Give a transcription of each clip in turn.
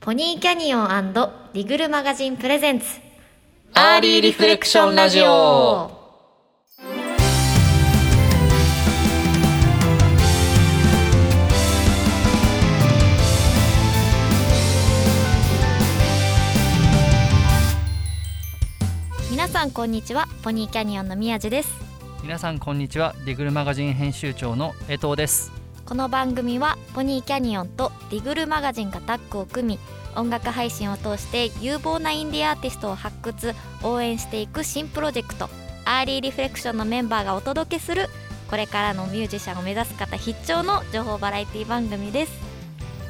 ポニーキャニオンリグルマガジンプレゼンツアーリーリフレクションラジオ皆さんこんにちはポニーキャニオンの宮地です皆さんこんにちはリグルマガジン編集長の江藤ですこの番組はポニーキャニオンとリグルマガジンがタッグを組み音楽配信を通して有望なインディーアーティストを発掘応援していく新プロジェクトアーリーリフレクションのメンバーがお届けするこれからのミュージシャンを目指す方必聴の情報バラエティ番組です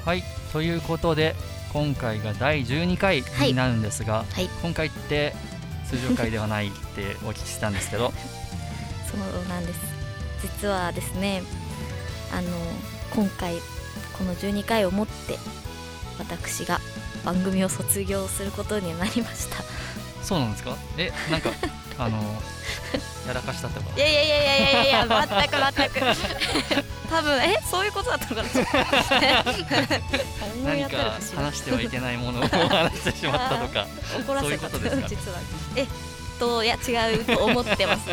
はいということで今回が第12回はいになるんですが、はい今回って通常回ではないってお聞きしたんですけ どそうなんです実はですねあの今回この12回をもって私が番組を卒業することになりましたそうなんですかえなん かあのやらかしたとかいやいやいやいやいやいや全く全く多分えそういうことだったのかな思い何当かたる節が話してはいけないものを話してしまったと か怒らせた そういうことですか実はえっといや違うと思ってます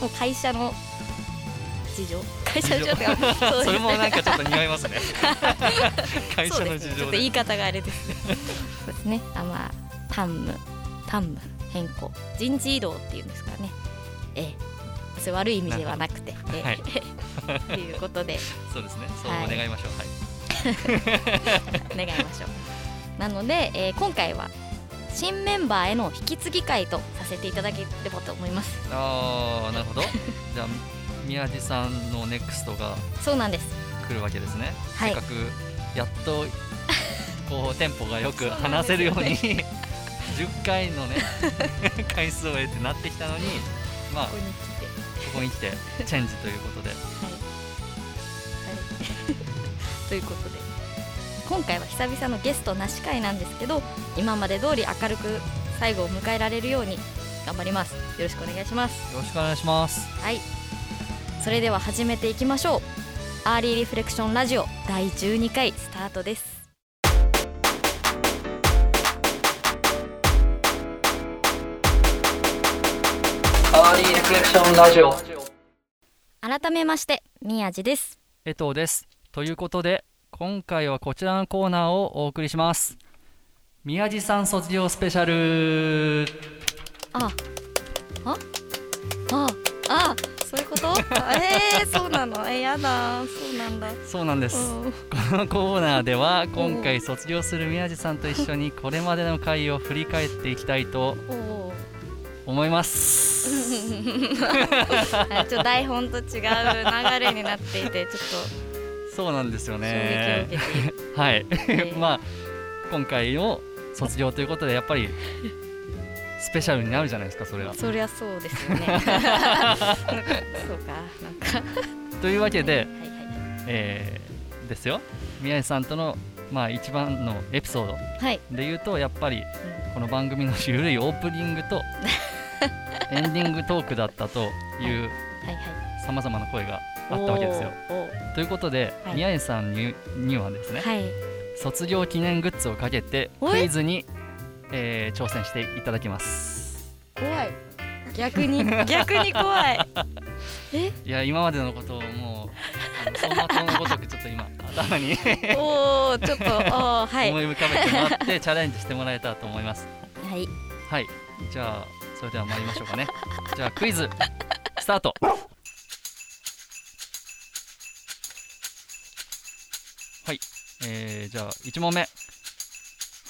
もう会社の事情会社の事情とかうですねそれもなんかちょっと似合い ますね会社のそうで事すねちょっ情とで言い方があれですねそうですねあまあ単務単務変更人事異動っていうんですかねええそれ悪い意味ではなくてええ はいということでそうですねそうはい願いましょうはい、願いましょう なので、えー今回は新メンバーへの引き継ぎ会とさせていただければと思いますああなるほどじゃあ宮地さんのネクストがそうなんです来るわけですね、はいせっかくやっ とこうテンポがよく話せるように10回 のね回数を得てなってきたのにまあこここに来てこに来てチェンジということではい、はい、 ということで今回は久々のゲストなし会なんですけど今まで通り明るく最後を迎えられるように頑張りますよろしくお願いしますよろしくお願いしますはいそれでは始めていきましょうアーリーリフレクションラジオ第12回スタートですアーリーリフレクションラジオ改めまして宮地です江藤ですということで今回はこちらのコーナーをお送りします宮地さん卒業スペシャルああああそういうこと えー、そうなのえやだそうなんだそうなんです、このコーナーでは今回卒業する宮地さんと一緒にこれまでの回を振り返っていきたいとおお思います はいちょっと台本と違う流れになっていてちょっとそうなんですよ衝撃をね受けている、はい ーまあ今回の卒業ということでやっぱりスペシャルになるじゃないですかそれはそりゃそうですよね なんかそうかなんかというわけで、はいはいえーですよ宮地さんとのまあ一番のエピソードはい、はいで言うとやっぱりこの番組の 緩いオープニングとエンディングトークだったというはいはいさまざまな声があったわけですよ。おーということで、はい宮根さんににはですおね、ーはい卒業記念グッズをかけておいクイズに、えー挑戦していただきます。怖い逆に逆に怖 いえいや今までのことをもうあの走馬灯のごとくちょっと今頭におおちょっとおーはい思はい浮かべてもらってチャレンジしてもらえたらと思います。いはいじゃあそれでは参りましょうかね。 じゃあクイズスタート。はい、えー、じゃあ1問目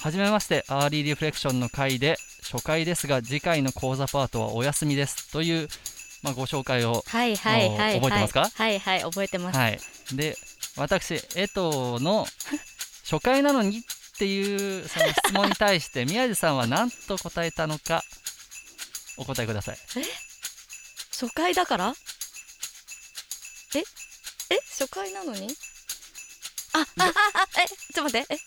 はじめましてアーリーリフレクションの回で初回ですが次回の講座パートはお休みですという、まあ、ご紹介をはいはいはいもう覚えてますかはいはい覚えてますはいで私江藤の 初回なのにっていうその質問に対して宮地さんは何と答えたのかお答えください初回だからええ初回なのにああああえちょっと待 ってえ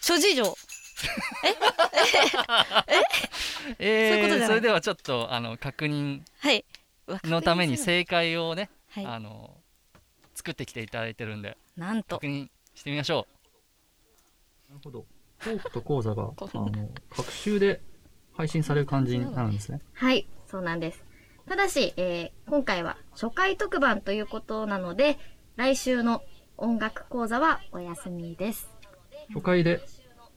諸事情えそういうことじゃないそれではちょっとあの確認はいわのために確認正解をね、するはいあの作ってきていただいてるんでなんと確認してみましょうるほど。トークと講座がこあんなの各週で配信される感じになるんですね。はい、そうなんです。ただし、えー今回は初回特番ということなので、来週の音楽講座はお休みです。初回で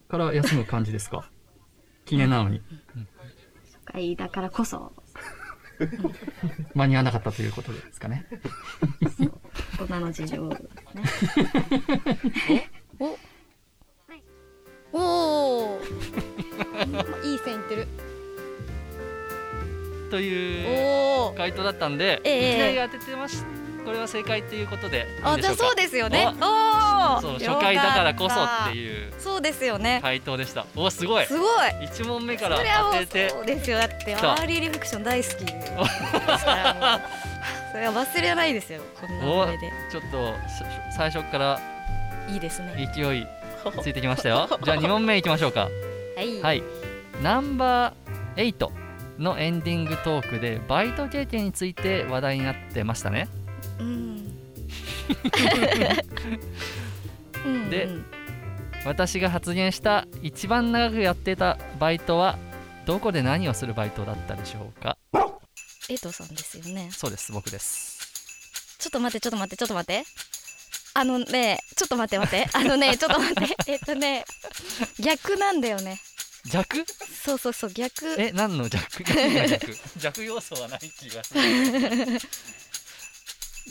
から休む感じですか記念なのに初回だからこそ、間に合わなかったということですかね。大人の事情ですね。おおおいい線いってるというおお回答だったんで、ええいきなり当ててましこれは正解ということでいいあでじしゃあょうかそうですよねおおそう初回だからこそってういうそうですよね、回答でした。おすごいすごい一問目かそられは当もててうそうですよだって来たアーリーリフレクション大好きですからもうそれは忘れないですよこんな上でちょっとし最初からいいですね勢いついてきましたよ。じゃあ2問目いきましょうか。はい、はい、ナンバー8のエンディングトークでバイト経験について話題になってましたね。 うんうんでうん私が発言した一番長くやってたバイトはどこで何をするバイトだったでしょうか江藤さんですよねそうです僕ですちょっと待ってちょっと待ってちょっと待ってあのねちょっと待って待ってあのねちょっと待ってえっとね逆なんだよね弱そうそうそう逆え何の弱何が弱弱要素はない気がする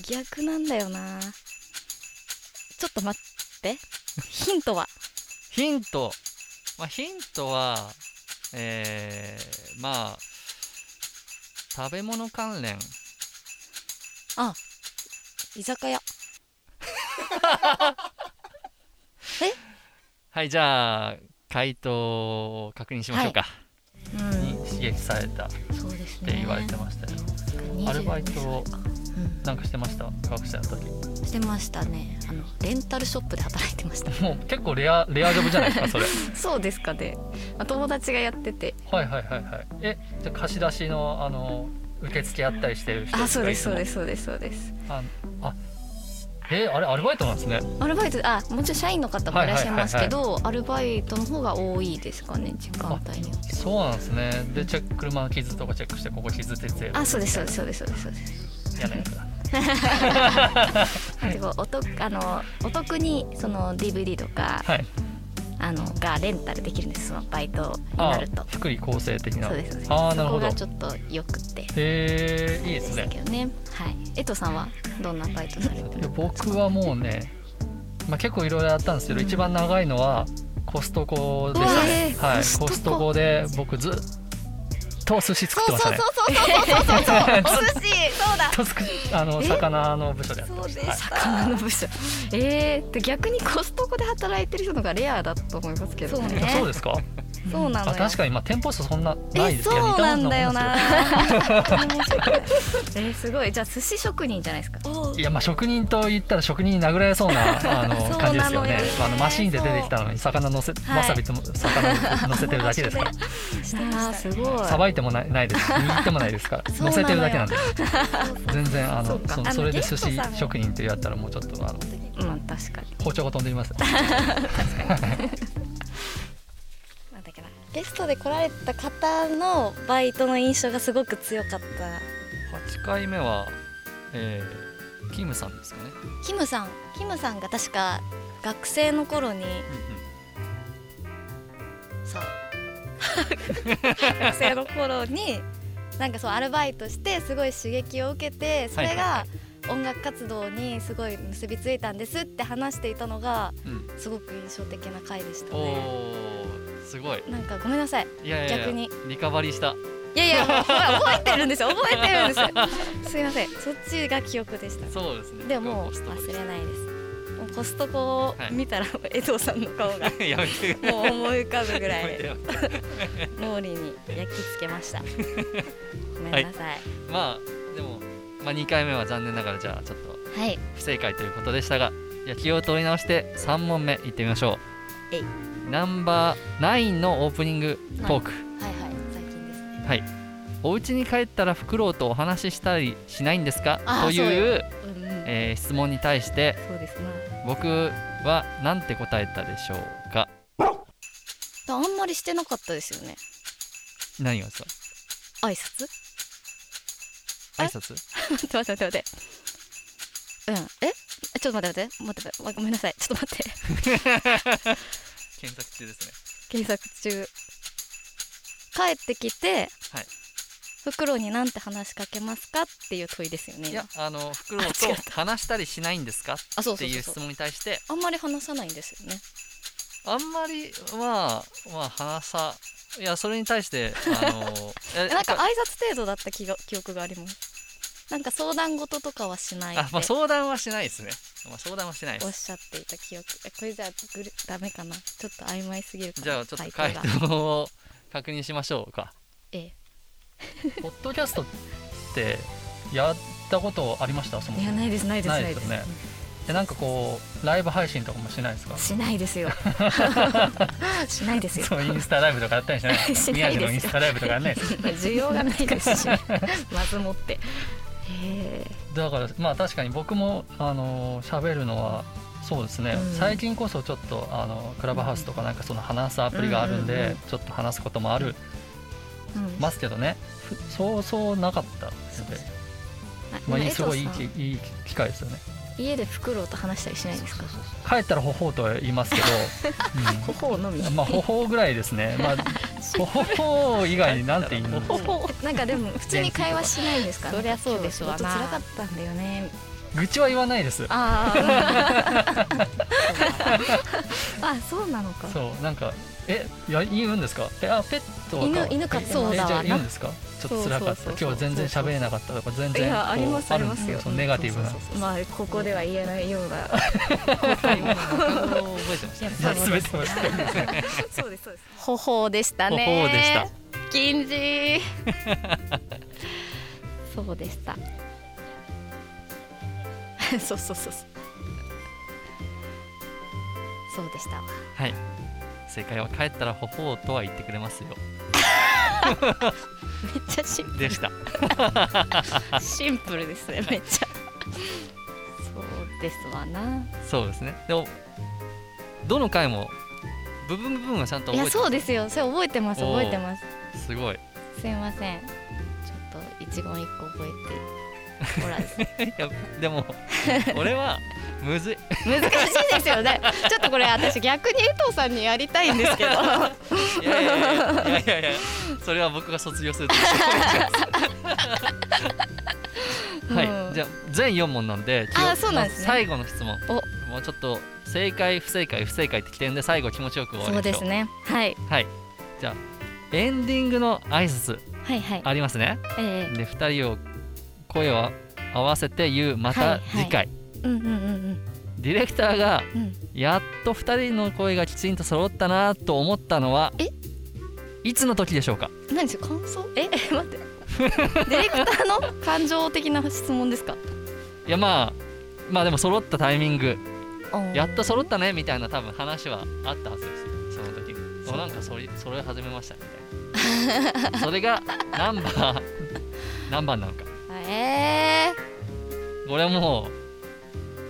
逆なんだよなちょっと待ってヒントはヒントまあヒントはえー、まあ食べ物関連居酒屋はいじゃあ回答を確認しましょうか、うんに。刺激されたってそうです言われてましたよ、アルバイトなんかしてました学生の時うん、してましたねあのレンタルショップで働いてましたもう結構レアレアジョブじゃないです かそれそうですかねあ友達がやっててはいはいはいはいえじゃあ貸し出しのあの受付やったりしてる人あそうですそうですすそうですそうですああえあれアルバイトなんですねアルバイトあもちろん社員の方もいらっしゃいますけど、アルバイトの方が多いですかね時間帯にそうなんですねでチェック車の傷とかチェックしてここ傷出てるあそうですそうですそうですそうですそうです嫌なやつだでこうお得あのお得にその DVD とかはいあのがレンタルできるんですそのバイトにあ なると福利厚生的なそうですそうですあそーなるこほどがちょっとよくてへえいいですでねすけどねはい江藤さんはどんなバイトされていやる僕はもうね、まあ、結構いろいろやったんですけど、一番長いのはコストコでしたね、うわーはコい、コストスコトコで僕ずっと寿司作ってましたねそうそうそうそうそうそうお寿司そうだずっと寿司 あのえ魚の部署でやってました、はい魚の部署えー、で逆にコストコで働いてる人のがレアだと思いますけどねえそうですかそうなのあよ確かに、まあ、店舗数そんなないえですけそうどなんだよ似たもんなだと思うんで えー、すごいじゃあ寿司職人じゃないですかすよいやまあ職人と言ったら職人に殴られそ うなあのそう感じですよなのよねねまああのマシーンで出てきたのに魚のせ、はいわさびとも魚乗せてるだ けですからあーすごいさばいてもないないで す握ってもないですからそうなの乗よせてるだけなんです 全然あそのうかそあのそれでゲス寿トさん司職人ってやったらもうちょっとあのまあ確かに包丁が飛んでいますなんだっけなゲストで来られた方のバイトの印象がすごく強かった8回目は、えー、キムさんですかね、キムさんキムさんが確か学生の頃に そう学生の頃になんかそうアルバイトしてすごい刺激を受けてそれはが音楽活動にすごい結びついたんですって話していたのがうんうんすごく印象的な回でしたおねーすごいなんかごめんなさいいやいやいや逆にリカバリーしたいやいやもうほら覚えてるんですよ覚えてるん ですよすいませんそっちが記憶でしたそうですねでももうコストコで忘れないですもうコストコを見たら、江藤さんの顔が やめてやもう思い浮かぶぐ らめていよ脳裏に焼き付けま したごめんなさいまあでも、まあ、2回目は残念ながらじゃあちょっとはい、不正解ということでしたがじゃあ気を取り直して3問目いってみましょうえいナンバー9のオープニングトーク、はいはい最近ですねお家に帰ったらフクロウとお話ししたりしないんですかあーといううんうん、えー質問に対してそうですね僕は何て答えたでしょうかだあんまりしてなかったですよね何がですか挨拶 え挨拶待って待って待って待ってうんえちょっと待って待って待って待ってごめんなさいちょっと待って検索中ですね検索中帰ってきて、はい袋になんて話しかけますかっていう問いですよねいやあの袋とあ違っ話したりしないんですかっあそうてそういそう質うそう問に対してあんまり話さないんですよねあんまりまあまあ話さいやそれに対してあ のえなんか挨拶程度だった気が記憶がありますなんか相談事とかはしないってあまあ相談はしないですねまあ相談はしないおでっすしゃっていた記憶えこれじゃあグルダメかなちょっと曖昧すぎるかなじゃあちょっと回回答が答を確認しましょうかえ ポッドキャストってやったことありましたそのえいやないですないですなないいでですすよねえなんかこうライブ配信とかもしないですかしないで すよしないですよそうインスタライブとかやったりしない しな宮い城のインですスよタライブとかやんないです需要がないです しまずもってへえだからまあ確かに僕もあのー喋るのはそうですね、うん最近こそちょっとあのクラブハウスとかなんかその話すアプリがあるんで、うんうんうんちょっと話すこともあるうんますけどねふそうそうなかったので、まあ、いいすごいいいきいい機会ですよね家でフクロウと話したりしないですかそうそうそう帰ったらほほうとは言い ますけど、頬のみうん、まあほほうぐらいですねまあほほう以外になんて言うんですかなんかでも普通に会話しないんですかそりゃそうでしょうなちょっと辛かったんだよね愚痴は言わないですあ ああそうなのかそうなんかえいや言うんですかえあペットは犬犬飼ってますえじゃあそうだわな言うんですかちょっと辛かったそうそうそうそう今日は全然喋れなかったとか全然いやこうありまするんありますよそのネガティブなそうそうそうまあここでは言えないような 覚えてましたねやっぱり全てましたねそうですそうです方法でしたね方法でした禁止 そうでした そうそうそうそうそうでしたわはい正解は帰ったらほほうとは言ってくれますよめっちゃシンで したシンプルですねめっちゃそうですわなそうですねでもどの回も部分部分はちゃんとい覚えやてそうですよそれ覚えてますおー覚えてますすごい すいませんちょっと一言一個覚えておらずいやで も俺はむずい難しいですよねちょっとこれ私逆に江藤さんにやりたいんですけどいやいやいやいやいやいやそれは僕が卒業するときはい、うんじゃあ全4問なんであ今日そうなんですね最後の質問おもうちょっと正解不正解不正解ってきてるんで最後気持ちよく終わりそうましょうですねはいはいじゃあエンディングの挨拶はいはいありますねえで2人を声を合わせて言うまはたいはい次回、えうんうんうんディレクターがうんうんやっと2人の声がきちんと揃ったなと思ったのはえいつの時でしょうか何ですか感想え待 ってディレクターの感情的な質問ですかいやまあまあでも揃ったタイミングやっと揃っったねみたいな多分話はあったはずですその時におなんか揃い揃え始めましたみた いなそれがナンバー何番なのかえこれはも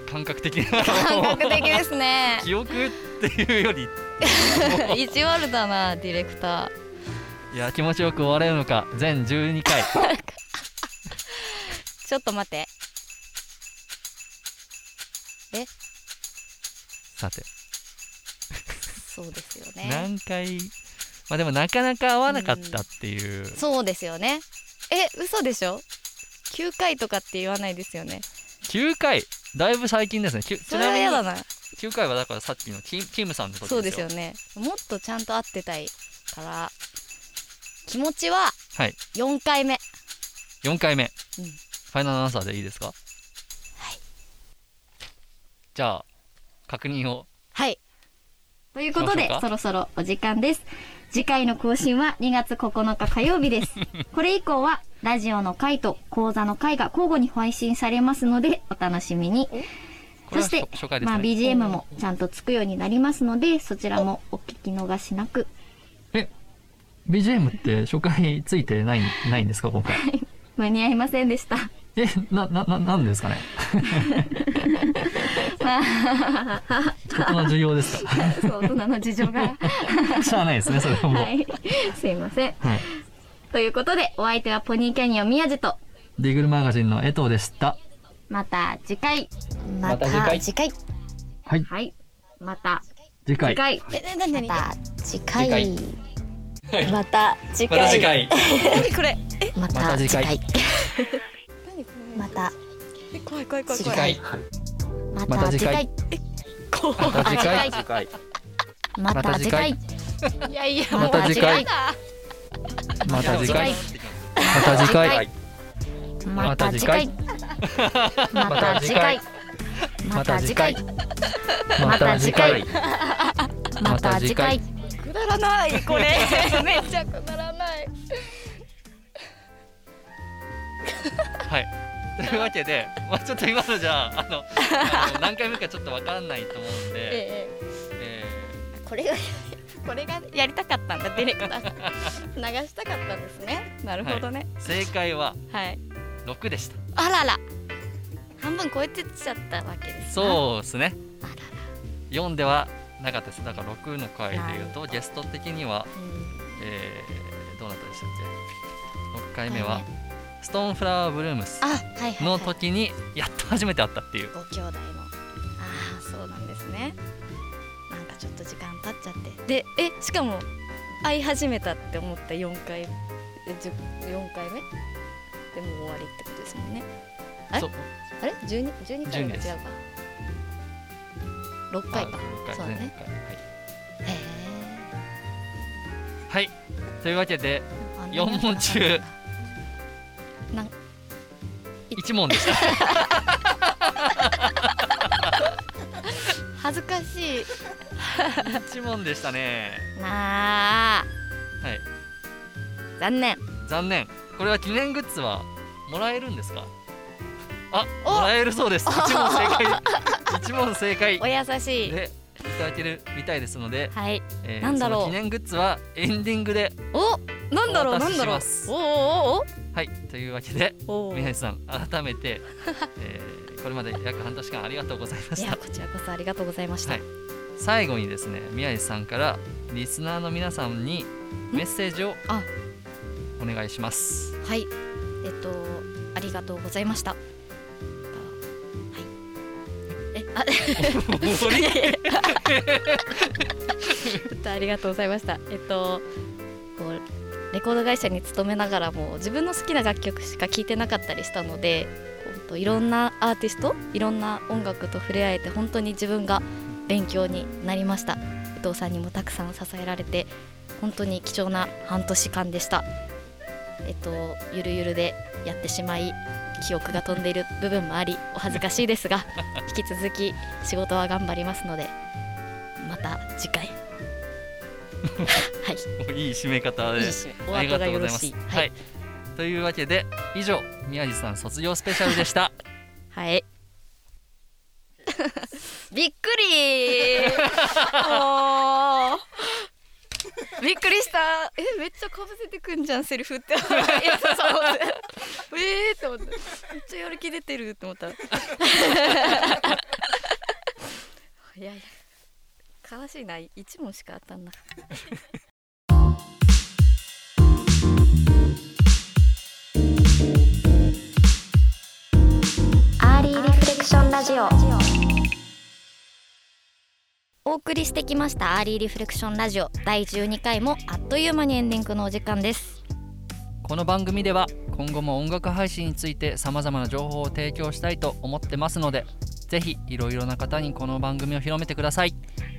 う感覚的なー、感も覚的ですね う記憶っていうより意地悪だなディレクタいや気持ちよく終われるのか全12回ーちょっと待ってさ てそうですよね何回まあでもなかなか合わなかったっていうそうですよねえ嘘でしょ9回とかって言わないですよね9回だいぶ最近ですねきゅちそれはなみ嫌だにな9回はだからさっきのキムキムさんの時ですよそうですよねもっとちゃんと会ってたいから気持ちははい4回目4回目、うんファイナルアンサーでいいですかはいじゃあ確認をはい ということで行きましょう、かそろそろお時間です。次回の更新は2月9日火曜日 です。これ以降は、ラジオの回と講座の回が交互に配信されますので、お楽しみに。これはそして初初回ですまあ、ね、 BGM もちゃんとつくようになりますので、そちらもお聞き逃しなく。 BGM って初回ついてないないんですか今回 間に合いませんでした。 えななななんですかねまここの需要ですか そう大人の事情 がしゃあないですねそれはもう、はいすいませんはい、ということでお相手はポニーキャニオン宮地とディグルマガジンの江藤でしたまた次回また次回次回はいはいまた次次回回え、な、な、なにまなた次回次また次また次回回にこれえ、ままたた次次回回なにこれまたえ、怖い怖い怖い次怖次い回ままたた次次回回怖いまた次回次回ままた次回た次回いやいや、また次回もう間違また次回ままた次回また次回また次回また次回また次回また次え回なくだらない、これめっちゃくだらないはい。というわけで、まあ、ちょっと今のじゃああの あの何回目かちょっとわかんないと思うんで、ええこれが これがやりたかったんだディレクターが流したかったんですねなるほどねー正解ははい、 6でした。あらら半分超えてっちゃったわけですうそうですね。4ではなかったです。だから6の回でいうとゲスト的には、えー、どうなったでしたっけ ?6 回目は、ストーンフラワーブルームスあ、はいはい、はのい、時にやっと初めて会ったっていう。ご兄弟のああそうなんですねなんかちょっと時間経っちゃってでえしかも会い始めたって思った4回えじゅ4回目でもう終わりってことですもんねえそうあれ 12, 12回12がです違うか6回あか六回そうだね前回へえはい。はい。というわけであんなに4問中1問でした。恥ずかしい 1問でしたね。なあはい。残念残念これは記念グッズはもらえるんですかあおもらえるそうです一問正 解一問正解お優しいでいただけるみたいですので、はいえなんだろうその記念グッズはエンディングでおなんだろおう渡なしんしだろうますおおはいというわけでおおおお宮地さん改めて、えーこれまで約半年間ありがとうございまいしやたこちらこそありがとうございました、はい最後にですね宮地さんからリスナーの皆さんにメッセージをあお願いしますはい、えっと、ありがとうございました。はい。え、あ、いやいや ちょっとありがとうございました。えっと、こうレコード会社に勤めながらも自分の好きな楽曲しか聴いてなかったりしたので、こうといろんなアーティスト、いろんな音楽と触れ合えて本当に自分が勉強になりました。伊藤さんにもたくさん支えられて、本当に貴重な半年間でした。えっと、ゆるゆるでやってしまい記憶が飛んでいる部分もありお恥ずかしいですが引き続き仕事は頑張りますのでまた次回はいもういい締め方いいで締めおありが後がとうごよろざいします。いはい、というわけで以上宮地さん卒業スペシャルでした。はい びっく りーおーびっくりしたえめっちゃかぶせてくんじゃんセリフって えそうそう思ってえーって思ってめっちゃやる気出てるって思った らいやいや悲しいな一問しかあったんだアーリーリフレクションラジオお送りしてきましたアーリーリフレクションラジオ第12回もあっという間にエンディングのお時間ですこの番組では今後も音楽配信についてさまざまな情報を提供したいと思ってますのでぜひいろいろな方にこの番組を広めてください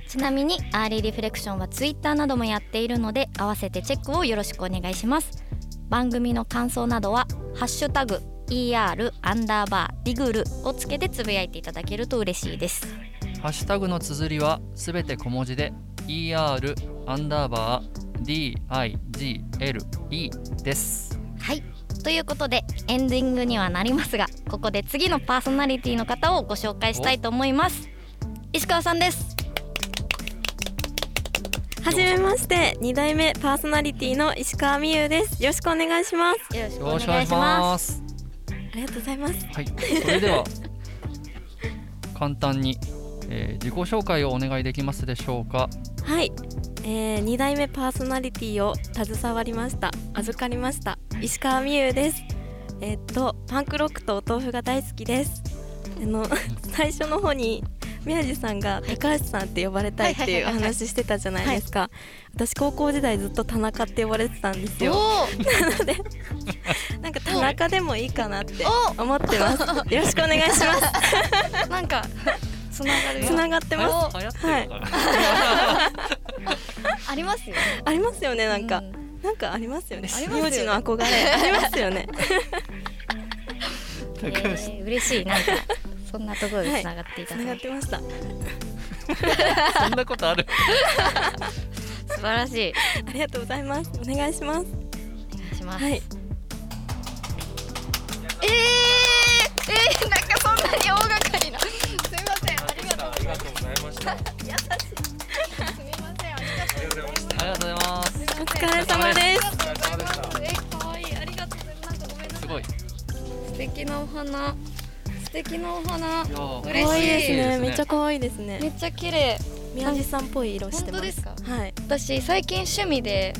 ちなみにアーリーリフレクションはツイッターなどもやっているので合わせてチェックをよろしくお願いします番組の感想などはハッシュタグ ER アンダーバーディグルをつけてつぶやいていただけると嬉しいですハッシュタグの綴りはすべて小文字で ER アンダーバー DIGLE ですはいということでエンディングにはなりますがここで次のパーソナリティの方をご紹介したいと思います石川さんですはじめまして、二代目パーソナリティの石川美優です。よろしくお願いします。よろしよろしくお願いしますありがとうございます。はいそれでは簡単にえー自己紹介をお願いできますでしょうかはい、えー、2代目パーソナリティを携わりました預かりました石川美優ですえーっとパンクロックとお豆腐が大好きですあ の最初の方に宮地さんが高橋さんって呼ばれたいっていうお話してたじゃないですか私高校時代ずっと田中って呼ばれてたんですよなのでなんか田中でもいいかなって思ってますよ ろしくお願いしますなんかつながるつながってます流行ってるのかな、ありますよありますよねなんか、うんなんかありますよねありますよね名字の憧れありますよねえー嬉しいなんかそんなところでつながっていつただいなて、がってましたそんなことある素晴らしいありがとうございます。お願いします。お願いします、はい。えー、えー、なんかそんなに大掛かりな。すみません、ありがとうございます。優しい。すみません、ありがとうございます。ありがとうございますお疲れ様です。ありがとうございます。え、可愛い、ありがとうございます。なんかごめんなさすごいい素敵なお花素敵なお花やー嬉しい可愛いでいいですねすね。めっちゃ可愛いですね。っちゃ綺麗宮地さんっぽい色してます。かはい。私最近趣味で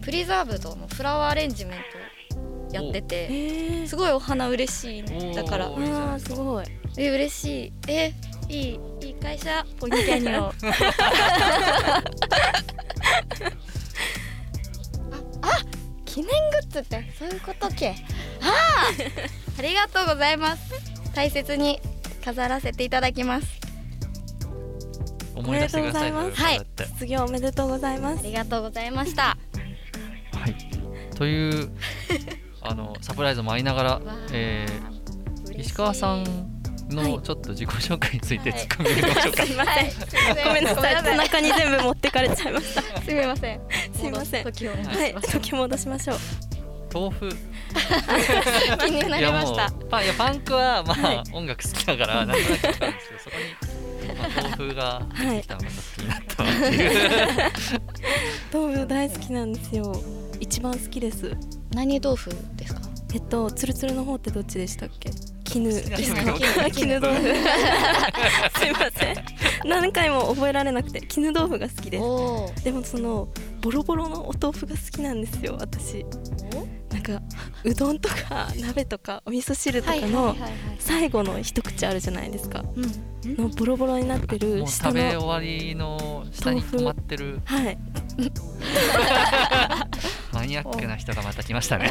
プリザーブドのフラワーアレンジメントやってえてー。すごいお花嬉しいおねーだからごいじゃないあーすごい。え嬉しいえいいいい会社ポニーキャニオンい。記念グッズってそういうことけ。 あー、ありがとうございます。大切に飾らせていただきます。思い出してくださいおめでとうございますということで卒業おめでとうございますあ。りがとうございました。はい、というあのサプライズもありながら、えー石川さんのちょっと自己紹介について突っ込みましょうか、すいません。ごめんなさい。背中に全部持ってかれちゃいま した。すみませんすいません。は時をい。時戻しましょう。 豆腐気にないりやまもしうたパンいやパンクはまあ、音楽好きだからなんとなくわかるんですけどそこに、まあ、豆腐が出てきたのがまた好きになったって いう、豆腐大好きなんですよ。一番好きです。何豆腐ですかえっとツルツルの方ってどっちでしたっけ？絹。き絹な豆 豆腐。すいません。何回も覚えられなくて絹豆腐が好きです。おおでもそのボロボロのお豆腐が好きなんですよ私なんかうどんとか鍋とかお味噌汁とかの最後の一口あるじゃないですか、のボロボロになってもるう下食べ終のわりの下に止まってるはいマニアックな人がまた来ましたね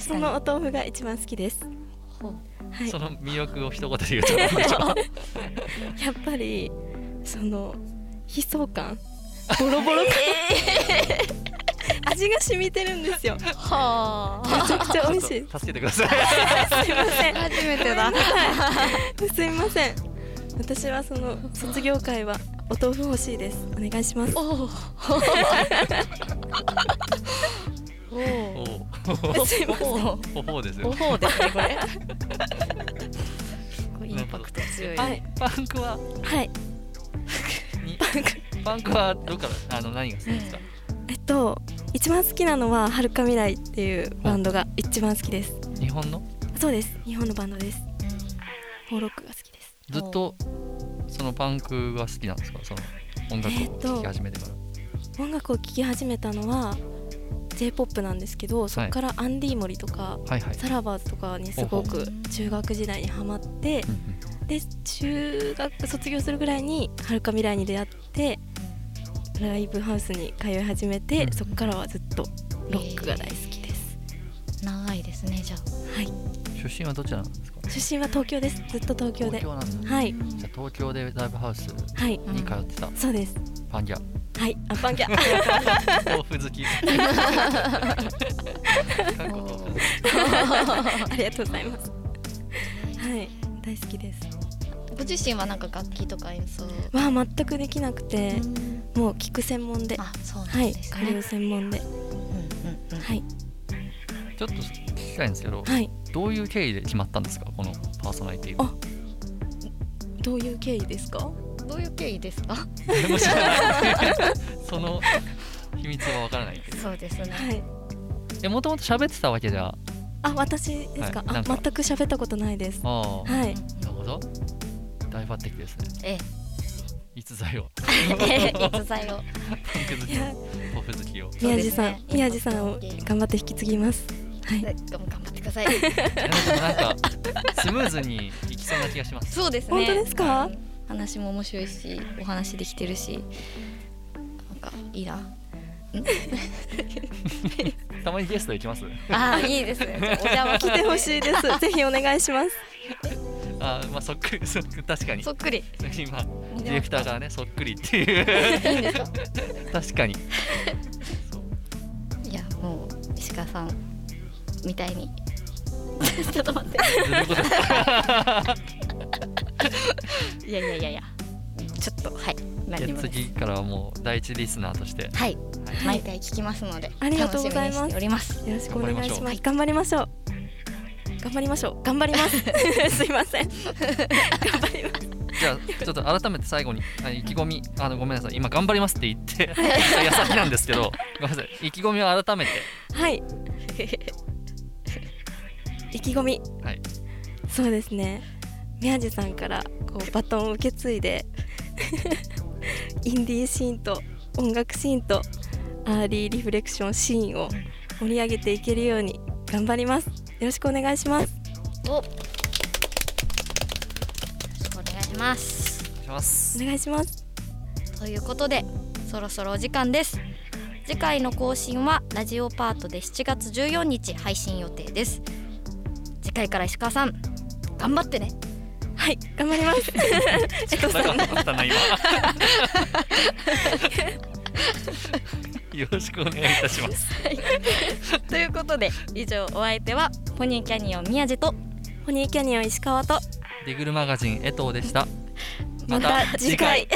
そのお豆腐が一番好きですは いその魅力を一言で言うと何でしょうやっぱりその悲壮感ボロボロ感、 味が染みてるんですよはあめちゃくち ゃ美味しいちょっと助けてくださいすいません初めてだはい、 すみません。私はその卒業会はお豆腐欲しいです。お願いします。おおおう すいません。はおほうですよおねほうですねこれすごいインパクト強いい、、パンクはいパンクはどっからあの何が好きですか、えっと一番好きなのははるか未来っていうバンドが一番好きです。日本のそうです。日本のバンドです。フォーロックが好きです。ずっとそのパンクが好きなんですかその音楽えっとを聴き始めてから、音楽を聴き始めたのは J-POP なんですけど、そこからアンディモリとか。はいはいサラバーズとかにすごく中学時代にハマってうんうんで中学卒業するぐらいにはるか未来に出会ってライブハウスに通い始めて、うんそこからはずっとロックが大好きです、長いですねじゃあ出身はどちらなんですか出身は東京ですずっと東京で東京なんだはいじゃあ東京でライブハウスはいに通ってたそうですパンギャはいあパ ンキャ豆腐好き韓国豆腐好きありがとうございますはい大好きですご自身はなんか楽器とか演奏わあ全くできなくてもう聞く専門であそうなはんいです歌ね謡専門ではいちょっと聞きたいんですけど、はいどういう経緯で決まったんですかこのパーソナリティはあどういう経緯ですかどういう経緯ですか誰も知らない その秘密はわからないけどそうです ねはいえもともと喋ってたわけじゃああ私ですか,、はいなんあか全く喋ったことないですあーはいなるほど大抜擢ですねええ逸材を逸材をパンク好きをポフ好き を宮地さん、そう宮地さんを頑張って引き継ぎます。はい。でも頑張ってくださいいやでもなんかスムーズにいきそうな気がしますそうですね本当ですか？話も面白いしお話できてるしなんかいいなたまにゲスト行きますあーいいですねじゃあお邪魔来てほしい です。ぜひお願いします。あーまあそっくりそっくり確かにそっくり今ディレクターがねそっくりっていう 確 かにそういやもう石川さんみたいにどういうことですかいやいやいやいやちょっとはい何 いにやも次からはもう第一リスナーとしてはい毎回聞きますのでありがとうございます楽しみにしておりますよろしくお願いしまはす。頑張りましょう。頑張りましょう。頑張り ます。すいません。頑張ります。じゃあちょっと改めて最後にあ意気込みあのごめんなさい今頑張りますって言って矢先なんですけどごめんなさい意気込みを改めて はい。意気込み。はいそうですね。宮地さんからこうバトンを受け継いでインディーシーンと音楽シーンとアーリーリフレクションシーンを盛り上げていけるように頑張ります。よろしくお願いします。お願いしますお願いしますお願いします。ということでそろそろお時間です次回の更新はラジオパートで7月14日配信予定です次回から石川さん頑張ってねはい、頑張ります。なかったな今 よろしくお願いいたしますということで以上お相手はポニーキャニオン宮地とポニーキャニオン石川とディグルマガジン江藤でしたまた次回。